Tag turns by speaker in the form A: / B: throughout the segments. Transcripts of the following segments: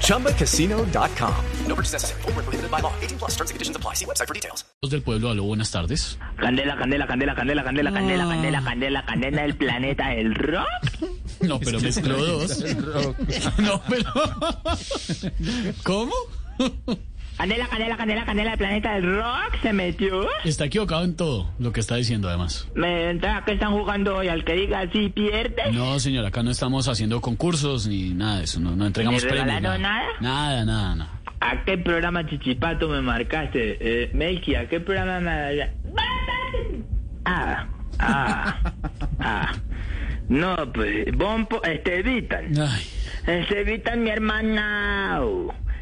A: ChumbaCasino.com. No purchase necessary. Void where prohibited by law. 18 plus terms and conditions apply. See website for details.
B: Los del pueblo, aló, buenas tardes.
C: Candela, candela, candela, candela, candela, candela, candela, candela, candela, el planeta del rock.
B: No, pero mezcló dos. No, pero. ¿Cómo?
C: Candela, candela, candela, candela, el planeta del rock se metió.
B: Está equivocado en todo lo que está diciendo, además.
C: Me entra que están jugando hoy al que diga si pierde.
B: No, señor, acá no estamos haciendo concursos ni nada de eso. No, no entregamos
C: ¿Le
B: premios.
C: regalaron
B: Nada, nada, nada.
C: ¿A qué programa chichipato me marcaste? Eh, Melqui, ¿a qué programa me Ah, ah, ah. No, pues, bombo, este evitan.
B: Ay,
C: Estevitan, mi hermana.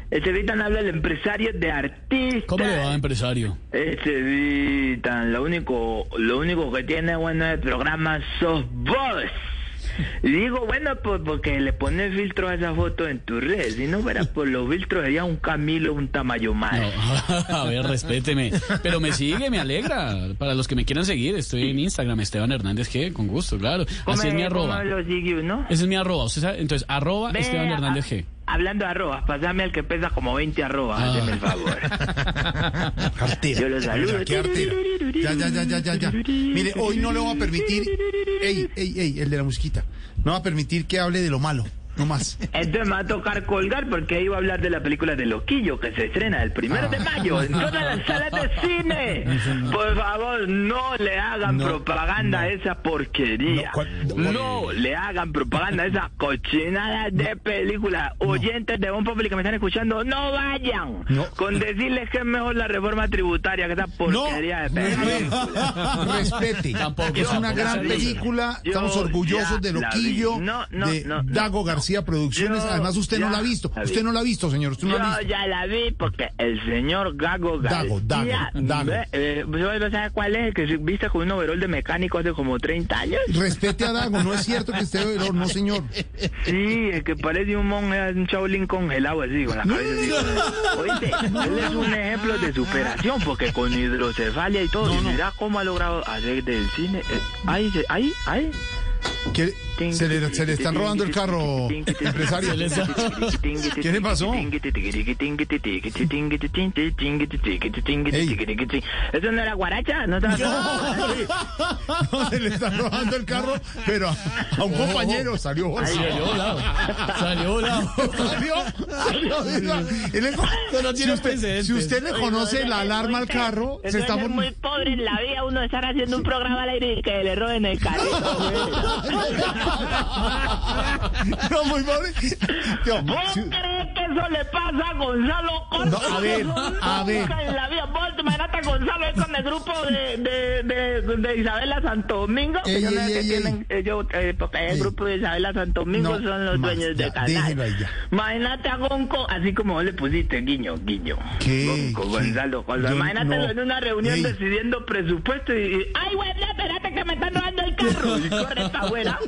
C: Estevitan habla el empresario de artistas.
B: ¿Cómo le va, empresario?
C: Estevitan, Este lo único, lo único que tiene bueno el programa sos vos. Y digo, bueno, pues porque le pones filtro a esa foto en tu red. Si no fuera por los filtros, sería un Camilo, un Tamayo más.
B: No, a ver, respéteme. Pero me sigue, me alegra. Para los que me quieran seguir, estoy en Instagram, Esteban Hernández G, con gusto, claro. Así es mi arroba.
C: lo sigue uno?
B: Ese es mi arroba. usted sabe, Entonces, arroba
C: Ve,
B: Esteban
C: a-
B: Hernández G.
C: Hablando de arrobas, pasame al que pesa como 20 arrobas,
B: Ah.
C: hazme el favor.
D: Artera.
C: Yo lo saludo.
D: Ya, qué artera. Ya, ya, ya, ya, ya, ya. Mire, hoy no le voy a permitir. Ey, ey, ey, el de la musiquita. No va a permitir que hable de lo malo. No más.
C: Entonces me va a tocar colgar porque iba a hablar de la película de Loquillo que se estrena el primero de mayo en todas las salas de cine. Por favor, no le hagan propaganda a esa porquería.
D: No, ¿cuál-
C: No, le hagan propaganda a esa cochinada de película. Oyentes de un público que me están escuchando, no vayan
D: No.
C: con decirles que es mejor la reforma tributaria que esa
D: No.
C: porquería de
D: A
C: película.
D: ver, Respete.
B: Tampoco,
D: Es una
C: tampoco.
D: gran
C: Yo
D: película.
C: ya
D: Estamos
C: la
D: orgullosos de
C: vi.
D: Loquillo.
C: No, no,
D: de
C: no, no.
D: Dago García Producciones.
C: Yo
D: Además, usted no
C: ya
D: la ha visto.
C: la vi.
D: Usted no la ha visto, señor. Usted no la ha
C: Yo
D: visto.
C: ya la vi porque el señor Gago
D: Dago,
C: García,
D: Dago, Dago.
C: ¿ve? Eh, ¿vos sabes cuál es? El que se viste con un overol de mecánico hace como 30 años.
D: Respete a Dago. No es cierto que esté velor. No, señor.
C: Sí, el que parece un monje, un chabolín congelado así, con la cabeza así. Oíste, él es un ejemplo de superación porque con hidrocefalia y todo, y mira cómo ha logrado hacer del cine. eh, ahí, se- ahí, ahí.
D: Que- Se le, se le están robando el carro, empresario. ¿Qué le pasó?
C: ¿Eso no era guaracha? ¿No estaba
D: No, se le están robando el carro, pero a, a un compañero salió volando.
B: Salió volado. Salió volado.
D: Salió, salió de la- él le-
B: no
D: si,
B: tiene
D: usted,
B: precedentes.
D: si usted le conoce la alarma al carro, se está
C: es muy
D: volviendo.
C: pobre en la vida uno estar haciendo un programa al aire y que le roben el carrito.
D: No, muy pobre. Yo,
C: ¿Vos
D: si-
C: crees que eso le pasa a Gonzalo Cortés?
D: No, a ver, a ver.
C: Nunca En la vida, vos te imaginas a Gonzalo ahí con el grupo de, de, de, de Isabela Santo Domingo.
D: Ey,
C: Yo no
D: ey,
C: sé qué
D: ey,
C: tienen ellos, eh, porque el
D: Ey.
C: grupo de Isabela Santo Domingo
D: No,
C: son los
D: más,
C: dueños
D: ya,
C: de canal.
D: déjelo ahí ya.
C: Imagínate a Gonco, así como vos le pusiste, guiño, guiño.
D: ¿Qué?
C: Gonco,
D: ¿Qué?
C: Gonzalo, Gonzalo.
D: Yo
C: Imagínatelo
D: no.
C: en una reunión
D: Ey.
C: decidiendo presupuesto y, y, ay, güey, no, espérate que me están robando el carro. Y corre para afuera.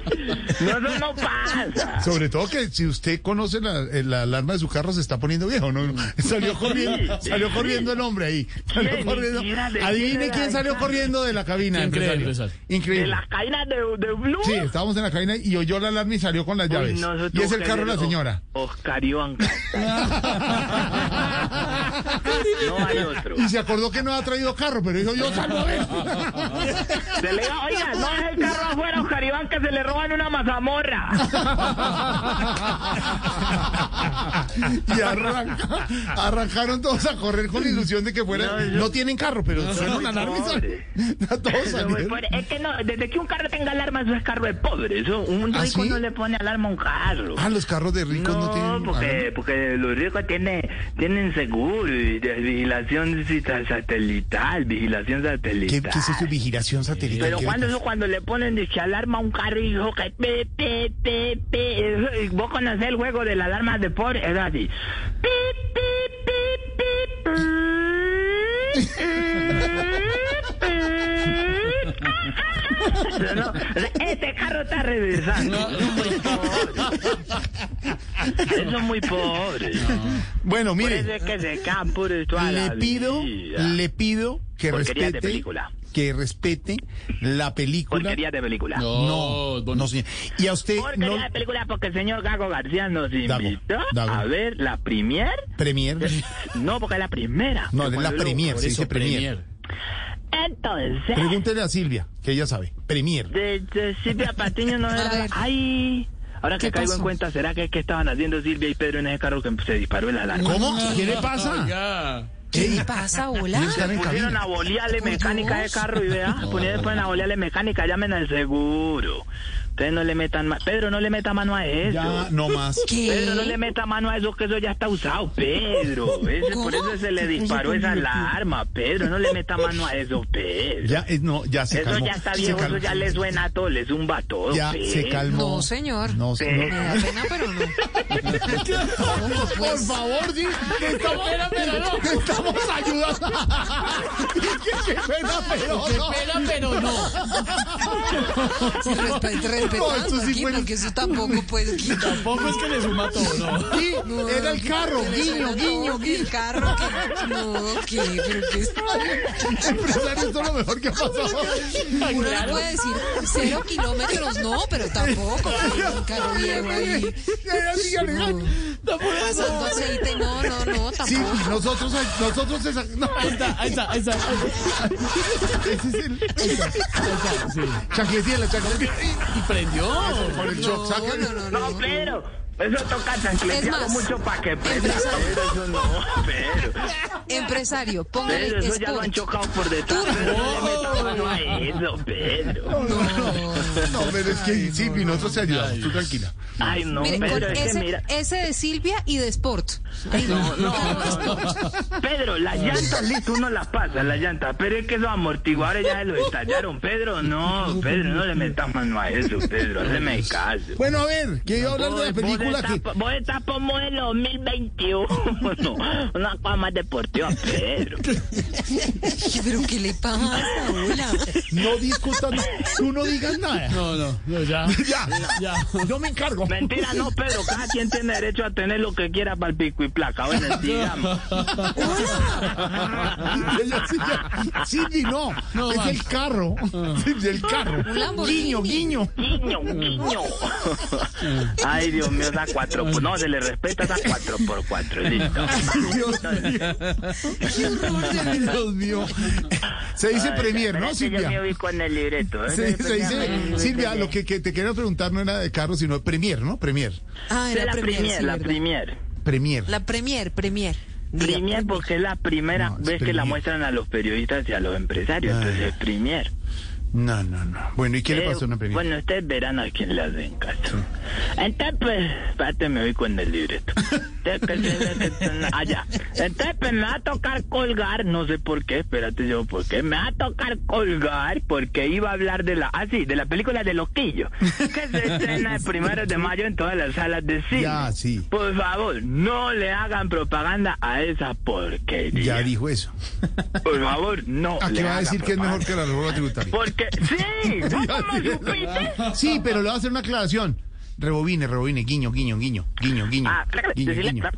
C: No, eso no pasa.
D: sobre todo que si usted conoce la, eh, la alarma de su carro, se está poniendo viejo. ¿no? Salió corriendo, salió corriendo el hombre ahí. Salió
C: ¿Quién?
D: corriendo.
C: Ni siquiera de-
D: Adivine
C: de-
D: quién salió corriendo de la cabina.
B: ¿Quién cree,
D: empresario?
B: empresario?
C: De
D: Increíble.
C: las caídas de, de Blue.
D: Sí, estábamos en la cabina y oyó la alarma y salió con las
C: Uy,
D: llaves.
C: no, eso
D: y
C: tuvo
D: es el
C: que
D: carro de
C: hacer
D: la señora.
C: O- Oscar Iván No hay otro.
D: Y se acordó que no ha traído carro, pero dijo yo salgo a ver.
C: Se le diga, oiga, no es el carro afuera, Oscar Iván, que se le roban una mazamorra.
D: y arranca, arrancaron todos a correr con la ilusión de que fuera.
C: No,
D: No,
C: eso-
D: tienen carro, pero suena
C: muy
D: una alarma y
C: pobre.
D: salen. Todos
C: Eso fue
D: salieron.
C: pobre. Es que no, desde que un carro tenga alarma, eso es carro de pobre. Eso, un rico
D: ¿Ah, sí?
C: no le pone alarma a un carro.
D: Ah, los carros de ricos no, tienen.
C: porque, porque los ricos tienen, tienen seguro y de vigilación sita- satelital, vigilación
D: ¿Qué,
C: satelital.
D: qué es eso? Vigilación satelital.
C: Pero
D: ¿Qué-
C: cuando eso, cuando le ponen disque alarma a un carro y dijo que pe, pe, pe, pe, eso, y vos conocés el juego de la alarma de por, es así. Pi, pi, pi, pi, pi, pi. Pero no, este carro está reversando. Eso es muy pobre. Eso es muy pobre.
D: Bueno,
C: Por eso
D: mire,
C: es que se quedan puros toda
D: le
C: la
D: pido,
C: vida.
D: le pido que
C: Porquerías de
D: respete,
C: película.
D: que respete la película.
C: Porquería de película.
D: No,
B: No,
D: no, señor. Y a usted, no,
C: Porquería de película porque el señor Gago García nos
D: Dago,
C: invitó
D: Dago.
C: a ver la premier.
D: premier.
C: No, porque es la primera.
D: No, es la premier,
B: por
D: se
B: eso,
D: dice premier.
B: Premier.
C: Entonces,
D: Pregúntele a Silvia, que ella sabe. Premier.
C: de, de Silvia Patiño no era...
E: ver.
C: Ay, ahora que
E: ¿Qué
C: caigo en
E: pasó?
C: cuenta, ¿será que, que estaban haciendo Silvia y Pedro en ese carro que se disparó el alarma?
D: ¿Cómo? ¿Qué le pasa?
B: Oiga.
E: ¿Qué le pasa, hola?
D: Ellos están en
C: Pusieron a
D: cabina.
C: bolearle
E: Por
C: mecánica de
E: Dios.
C: carro y vea, ponían después a bolearle mecánica, llamen al seguro. Ustedes no le metan ma- Pedro, no le meta mano a eso.
D: Ya, no más.
E: ¿Qué?
C: Pedro, no le meta mano a eso, que eso ya está usado, Pedro. Ese-
E: ¿Cómo? pues,
C: por eso se le
E: Oye,
C: disparó
E: por
C: esa
E: Dios.
C: alarma, Pedro. No le meta mano a eso, Pedro.
D: Ya, eh, no, ya se
C: eso
D: calmó.
C: ya está
D: se
C: viejo, eso
D: calmó.
C: ya le suena a todo, le zumba todo,
D: Ya
C: Pedro.
D: se calmó.
E: No, señor.
D: No,
C: Sí.
E: Me da
D: no.
E: pena, pero no. Ojo,
D: Por
E: pues.
D: favor, sí, que estamos, que estamos ayudando. que, que pena, pero no.
B: pero no.
E: Sí, respe- respetando
D: No, eso sí
E: aquí,
D: fue-
E: porque eso tampoco puede quitar.
B: Tampoco es que le suma todo, no.
D: Sí,
E: No,
D: era el carro,
E: que le
D: guiño,
E: suena
D: guiño,
E: todo, que
D: guiño.
E: El carro, que... No, que... Pero que es...
D: Empresario, esto es lo mejor que ha pasado.
E: Uno no puede decir cero kilómetros, no, pero tampoco. pues, Un carro viejo ahí.
D: Ya, dígale,
E: No. Pasando aceite, no, no, no, tampoco.
D: Sí, nosotros, nosotros, esa, no,
B: Ahí está, ahí está, ahí está.
D: ese es el, chacleteala, chacleteala,
B: Y prendió.
D: por Ah, el shock,
E: No,
D: sácale.
E: no, no,
C: No,
E: no.
C: Pedro. Eso toca chancletearlo
E: más,
C: mucho para que prenda.
E: empresario.
C: Pedro, eso no, Pedro.
E: Empresario,
C: Pedro,
E: póngale
C: eso ya lo han
E: spot.
C: chocado por detrás. Pedro, no le meta mano a eso, Pedro.
D: No, pero es que sí, y nosotros te ayudamos, tú tranquila.
C: Ay, no,
E: Mire, con
C: Pedro, es que
E: ese,
C: mira.
E: ese de Silvia y de Sport. Ahí
C: No, no, no, no. Pedro, las llantas, listo, uno las pasa, las llantas. Pero es que esos amortiguadores ya se los estallaron. Pedro, no, Pedro, no le metas mano a eso, Pedro, hazme caso.
D: Bueno, a ver, que iba a hablar de la
C: Vos-
D: película
C: vos
D: que...
C: estás- Vos estás por modelo 2021. Una cosa más deportiva, Pedro.
E: Ay, Pero ¿qué le pasa? Hola.
D: No discutas, nada, tú no digas nada.
B: No, no, no, ya.
D: Ya,
B: Ya.
D: yo me encargo.
C: Mentira, no, Pedro. Cada quien tiene derecho a tener lo que quiera para el pico y placa. Bueno, digamos.
D: Ella sí, ya- Silvi, no,
B: No,
D: es
B: va.
D: el carro, Silvi, el carro.
E: Lamborghini.
D: Guiño, guiño.
C: Guiño, guiño. Ay, Dios mío, esa cuatro. por- No, se le respeta esa cuatro por cuatro. Listo.
D: Dios mío. Dios mío. Se dice
C: Ay,
D: premier,
C: pero
D: ¿no,
C: es que Yo
D: Silvia?
C: me voy con el libreto. ¿eh?
D: Se, se dice, Silvia, lo que, que te quería preguntar no era de carro, sino de premier, ¿no? Premier.
E: Ah,
C: Es
E: era
C: la
E: Premier,
C: premier,
E: sí,
C: la
E: ¿verdad?
C: premier.
D: Premier.
E: La Premier, Premier. Diga,
C: Premier porque es la primera
D: No, es
C: vez que la
D: premier.
C: muestran a los periodistas y a los empresarios.
D: Ay.
C: Entonces, es premier.
D: No, no, no. Bueno, ¿y qué le
C: Eh,
D: pasó a una premier?
C: Bueno, ustedes verán a quién le hacen caso. Entonces, pues, espérate, me voy con el libreto. eh, Allá. Entonces, pues, me va a tocar colgar, no sé por qué, espérate yo, ¿por qué? Me va a tocar colgar porque iba a hablar de la, ah, sí, de la película de Loquillo, que se estrena el primero de mayo en todas las salas de cine.
D: Ya, sí.
C: Por favor, no le hagan propaganda a esa porquería.
D: Ya dijo eso.
C: Por favor, no.
D: ¿A
C: le
D: qué va a
C: hagan
D: decir que es
C: propaganda.
D: mejor que la reforma tributaria?
C: Porque, sí, ¿vos
D: Ya,
C: cómo
D: sí, es
C: supiste?
D: Sí, pero le va a hacer una aclaración. Rebobine, rebobine, guiño, guiño, guiño, guiño, guiño.
C: Ah,
D: guiño,
C: decirle,
D: guiño.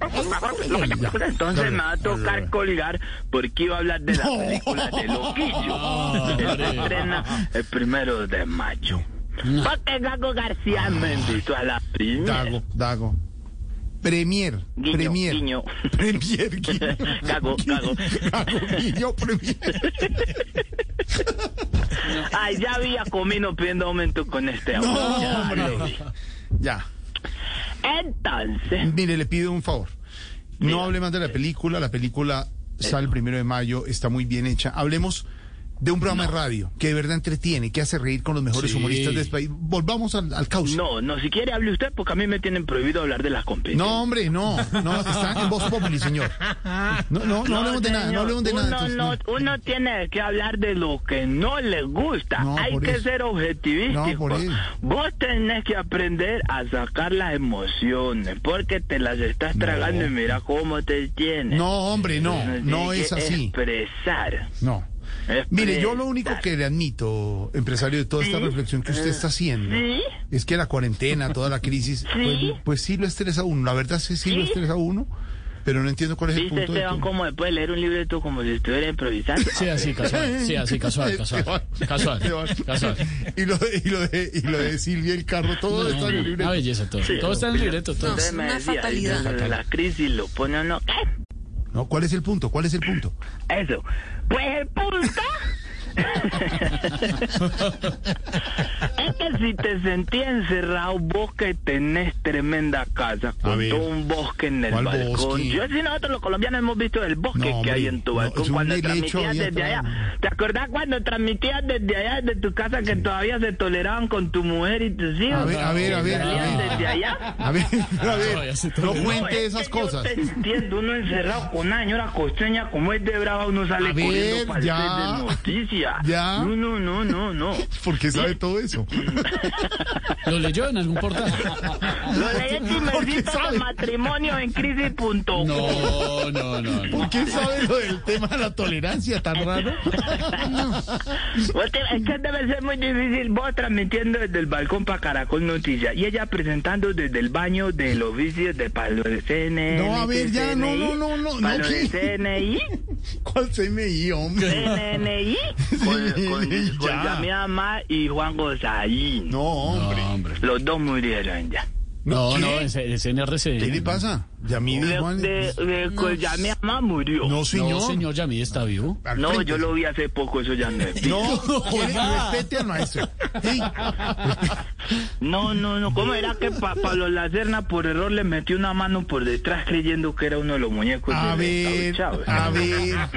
C: Entonces me va a tocar colgar porque iba a hablar de la
D: No.
C: película de
B: Ah,
C: Loquillo. que se
B: hombre.
C: estrena el primero de mayo. Porque Gago
D: Ah.
C: García me invitó a la primera.
D: Dago, Dago. Premier,
C: Guiño,
D: premier.
C: guiño.
D: Premier, guiño.
C: Gago, Gago.
D: Dago, guiño, premier.
C: Ay, ya había comido pidiendo aumento con este auto. Ya lo vi.
D: Ya.
C: Entonces,
D: Mire, le pido un favor. No
C: Diga. Eh.
D: hable más de la película. La película sale el primero de mayo, está muy bien hecha. Hablemos de un programa de radio que de verdad entretiene, que hace reír con los mejores
B: Sí.
D: humoristas de este país. Volvamos al, al cauce.
C: no, eh, no, si quiere hable usted porque a mí me tienen prohibido hablar de las competencias.
D: No, hombre, no, no, está en voz populi, señor. No, no, no, hablemos de nada, no
C: señor,
D: hablemos de nada.
C: Uno,
D: entonces,
C: no-
D: no.
C: uno tiene que hablar de lo que no le gusta.
D: No,
C: Hay
D: por
C: que
D: eso.
C: ser objetivístico.
D: No, por eso.
C: Vos tenés que aprender a sacar las emociones porque te las estás tragando y mira cómo te tienes.
D: No, hombre, no,
C: Uno
D: no
C: tiene
D: es
C: que
D: así.
C: Expresar.
D: No. Mire, yo lo único que le admito, empresario, de toda esta
C: Este Sí.
D: reflexión que usted está haciendo,
C: Sí.
D: es que la cuarentena, toda la crisis, pues, pues sí lo estresa a uno. La verdad sí, sí lo
C: Sí.
D: estresa a uno, pero no entiendo cuál es el
C: ¿Viste,
D: punto de...
C: Esteban,
D: todo.
C: cómo me puede leer un libreto como si estuviera improvisando?
B: Sí, así, casual. Sí, así, casual, casual. Casual,
D: Esteban.
B: casual.
D: Y lo de, y lo de, y lo de Silvia y el carro, todo
B: No,
D: está en el
B: no,
D: libreto.
B: Una belleza todo.
C: Sí.
B: Todo está en el libreto, todo.
C: Entonces
E: una
C: me decía,
E: fatalidad.
C: y la, la crisis lo pone uno... ¡eh! ¿Qué?
D: No, ¿cuál es el punto? ¿Cuál es el punto?
C: Eso. Pues el punto. es que si te sentías encerrado, vos que tenés tremenda casa, con
D: ver.
C: todo un bosque en el
D: ¿Cuál
C: balcón.
D: bosque?
C: Yo, si nosotros los colombianos hemos visto el bosque
D: No,
C: que
D: hombre,
C: hay en tu
D: no,
C: balcón
D: es un
C: cuando
D: helecho
C: transmitías
D: abierto,
C: desde allá.
D: no.
C: ¿Te acordás cuando transmitías desde allá, desde tu casa, que todavía se toleraban con tu mujer y tus hijos?
D: A ver, a ver, a ver, a
C: ¿Salías
D: ver.
C: desde allá?
D: A ver, a ver, no cuente
C: es
D: esas
C: que yo
D: cosas.
C: te entiendo, uno encerrado con una señora costeña como es de brava, uno sale
D: A ver,
C: corriendo para
D: ya.
C: de noticias.
D: Ya.
C: No, no, no, no, no.
D: Porque sabe todo eso.
B: Lo leyó en algún portal.
C: Lo leí en
D: Porque
C: Chimercito
D: sabe.
C: de matrimonio en crisis.com.
B: No, no, no. no.
D: ¿Por qué sabe lo del tema de la tolerancia tan raro?
C: Vos te- Es que debe ser muy difícil vos transmitiendo desde el balcón para Caracol Noticias y ella presentando desde el baño del oficio de Palo de CNI.
D: No, a ver, ya, no, no, no, no, no,
C: Palo de
D: ¿qué?
C: CNI.
D: ¿Cuál CMI, hombre?
C: CNI. Con, con, con
D: Ya.
C: Yamia Ma y Juan Gozaín.
D: No, hombre.
B: No, hombre.
C: Los dos murieron ya.
B: No,
D: ¿Qué?
B: no, es, es NRC.
D: ¿Qué le pasa? Yamil
C: De,
D: Juan.
C: de, de- pues ya mi mamá murió.
D: No, señor.
B: No, señor Yamid está vivo.
D: Al
C: No,
D: frente.
C: yo lo vi hace poco, eso ya no es.
D: No, ¿quiere que respete al maestro. Ey,
C: No, no, no. ¿Cómo era que pa- Pablo Lacerna por error le metió una mano por detrás creyendo que era uno de los muñecos de
D: a ver,
C: Pues Gustavo Chávez?
D: a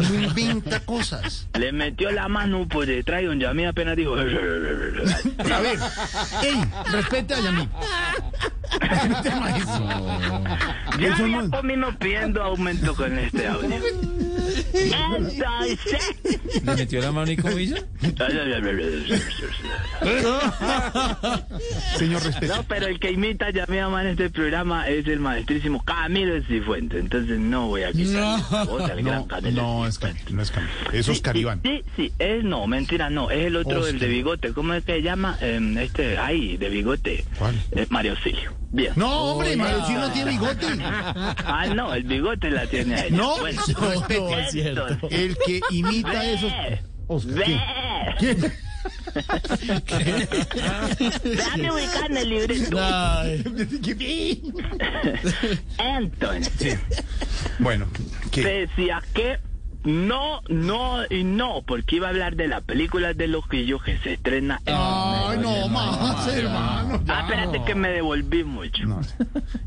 D: ver. No inventa cosas.
C: Le metió la mano por detrás y don Yamil apenas dijo.
D: A ver. Ey, respete a Yamil. Respete al maestro.
C: Ya
D: Eso
C: había
D: no-
C: comido pidiendo aumento con este audio. Entonces.
F: ¿Le metió la mano y comilla?
D: Señor, respete.
C: No, pero el que imita ya me ama en este programa es el maestrísimo Camilo Cifuentes. Entonces no voy a quitar la voz al gran
D: No,
C: Camilo.
D: no es Camilo, no es Camilo. Eso es Caribán.
C: Sí, sí, es no, mentira, no. Es el otro, el de
D: Hostia.
C: bigote. ¿Cómo es que se llama? Em, este, ay, de bigote.
D: ¿Cuál?
C: Eh, Mario Silio. Bien.
D: No, hombre, Marucín no tiene bigote.
C: Ah, no, el bigote la tiene ahí.
D: No, respete.
B: es cierto.
C: entonces,
D: El que imita eso.
C: ve,
D: Oscar, ¿quién?
C: ve.
D: ¿Quién?
C: Déjame ubicar en el libreto. Entonces.
D: Bueno, ¿qué?
C: Pese a que no, no y no, porque iba a hablar de la película de los Loquillo que se estrena en...
D: Ay, no más,
C: Ah,
D: hermano. ya.
C: espérate que me devolví mucho.
D: No,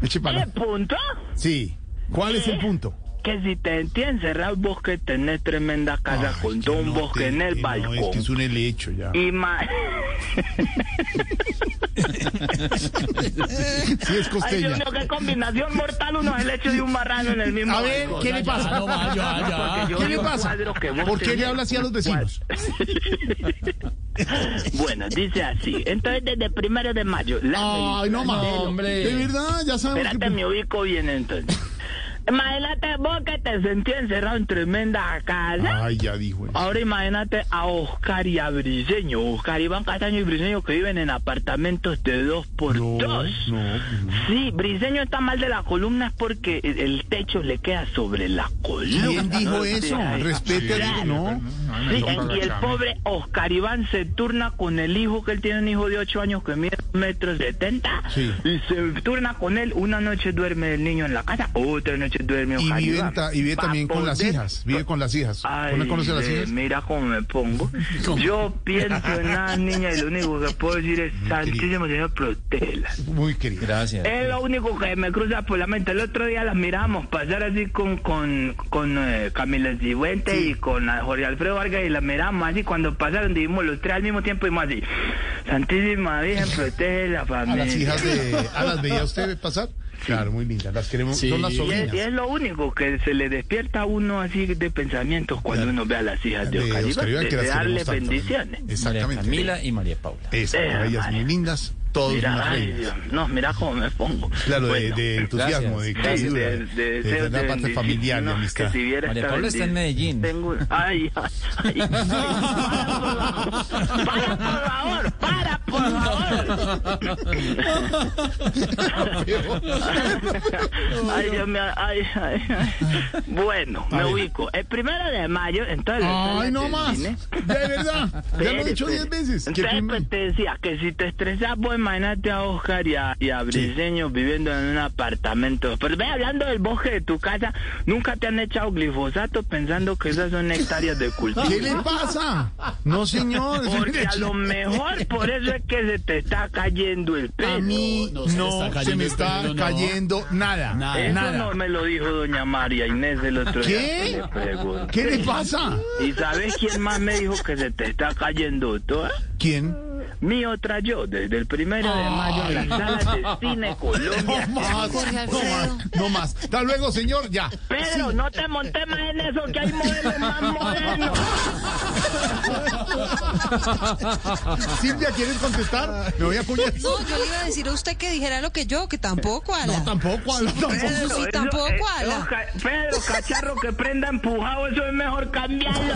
D: eche para
C: ¿Qué
D: adelante.
C: punto?
D: Sí. ¿Cuál es el punto?
C: Que si te entiendes cerrar el bosque, tenés tremenda casa
D: Ay,
C: con
D: que
C: todo un
D: no
C: bosque
D: te-
C: en el
D: que Eh, no,
C: balcón. Mm.
D: es que es un helecho ya.
C: Y más...
D: Sí, es
C: Ay, Dios
D: costeña.
C: mío, qué combinación mortal uno es el hecho de un barrano en el mismo
D: A ver,
C: balcón.
D: ¿qué le
B: No,
D: pasa?
B: vaya, vaya.
D: ¿Qué le pasa? ¿Por qué le habla así a los vecinos?
C: Bueno, dice así. Entonces, desde primero de mayo... la
D: Ay, no
C: película
D: más.
C: de los
D: De verdad, ya sabemos
C: Espérate,
D: que.
C: me ubico bien entonces. Imagínate vos que te sentí encerrado en tremenda casa.
D: Ay, ya dijo. él.
C: Ahora imagínate a Oscar y a Briseño. Oscar, Iván Castaño y Briseño que viven en apartamentos de dos por
D: No,
C: dos.
D: no, no.
C: Sí, Briseño está mal de la columna es porque el, el techo le queda sobre la columna.
D: ¿Quién dijo
C: No,
D: eso?
C: sí, ahí.
D: Respete a No.
C: Sí, y el pobre Oscar Iván se turna con el hijo, que él tiene un hijo de 8 años que mide un metro setenta,
D: Sí.
C: y se turna con él, una noche duerme el niño en la casa, otra noche duerme
D: Y
C: Oscar
D: vive,
C: Iván.
D: en ta- y vive
C: Pa'
D: también con las
C: poder-
D: hijas. Vive con las hijas.
C: Ay,
D: ¿Una conoce a las
C: ve,
D: hijas?
C: mira cómo me pongo. Yo pienso en las niñas y lo único que puedo decir es, santísimo señor, protela.
D: Muy querida.
F: Gracias.
C: Es lo único que me cruza por la mente. El otro día las miramos pasar así con, con, con eh, Camila Cifuentes y con ah, Jorge Alfredo Vargas y las miramos así. Cuando pasaron, dijimos los tres al mismo tiempo y más así. Santísima Virgen, protege la
D: A
C: familia.
D: las hijas de. ¿A las veía usted pasar? Claro, muy lindas. Las queremos.
B: Sí.
D: Son las
C: Y es, y
D: sobrinas.
C: es lo único que se le despierta a uno así de pensamientos cuando
D: Claro.
C: uno ve a las hijas de
D: De
C: Oscar
D: Oscar Iván,
C: Iván,
D: que
C: de,
D: las
C: de darle
D: queremos tanto.
C: bendiciones.
F: María
D: Exactamente.
F: Camila y María Paula.
D: Esas,
C: Eh,
D: ellas
C: María.
D: muy lindas. todos unas
C: Mira, ay,
D: reinas.
C: Dios, no, mira cómo me pongo.
D: Claro, de-
C: Bueno,
D: de, entusiasmo, de
C: sí,
D: casi
C: de, de deseos
D: la
C: de
D: parte
C: bendición,
D: familiar, de
C: no,
D: amistad.
C: que si viera
F: María
C: esta
F: Paula está en
C: bendición,
F: Medellín.
C: tengo- ay, ay, ay. Para, por favor, para, por favor. Ay, Dios mío, ay, ay, ay. Bueno, me ubico. El primero de mayo, entonces.
D: Ay,
C: entonces,
D: no más.
C: ¿sí,
D: Ya,
C: eh?
D: de verdad. Ya lo he dicho
C: Espérate.
D: diez veces. Que
C: Entonces,
D: prim-
C: pues, te decía que si te estresas, pues imagínate a Oscar y a, y a Briseño viviendo en un apartamento. Pero ve hablando del bosque de tu casa, nunca te han echado glifosato pensando que esas son hectáreas de cultivo.
D: ¿Qué le pasa? No, señor.
C: Porque a lo mejor por eso es que se te está cayendo el pelo.
D: A mí
B: No,
D: no,
B: no se le está cayendo
D: se me
B: el
D: está
B: pelo, no.
D: cayendo nada.
C: Eso
D: Nada.
C: no me lo dijo doña María Inés el otro
D: ¿Qué?
C: día. que le pregunté.
D: ¿Qué le pasa?
C: ¿Y sabes quién más me dijo que se te está cayendo toda?
D: ¿Quién?
C: Mi otra yo, desde el primero
D: Ah.
C: de mayo en las salas de cine Colombia.
D: No más.
E: Jorge
D: No
E: Alfredo.
D: más. No más. Hasta luego, señor. Ya.
C: Pedro, no te montes más en eso, que hay modelos más modernos.
D: Silvia, ¿quieres contestar? Me voy a cuñar.
E: No, yo le iba a decir a usted que dijera lo que yo, que tampoco, Ala.
D: No, tampoco. Ala, tampoco.
E: Sí, tampoco,
C: eh,
E: ala.
C: esos ca- Pedro, cacharro que prenda empujado, eso es mejor cambiarlo.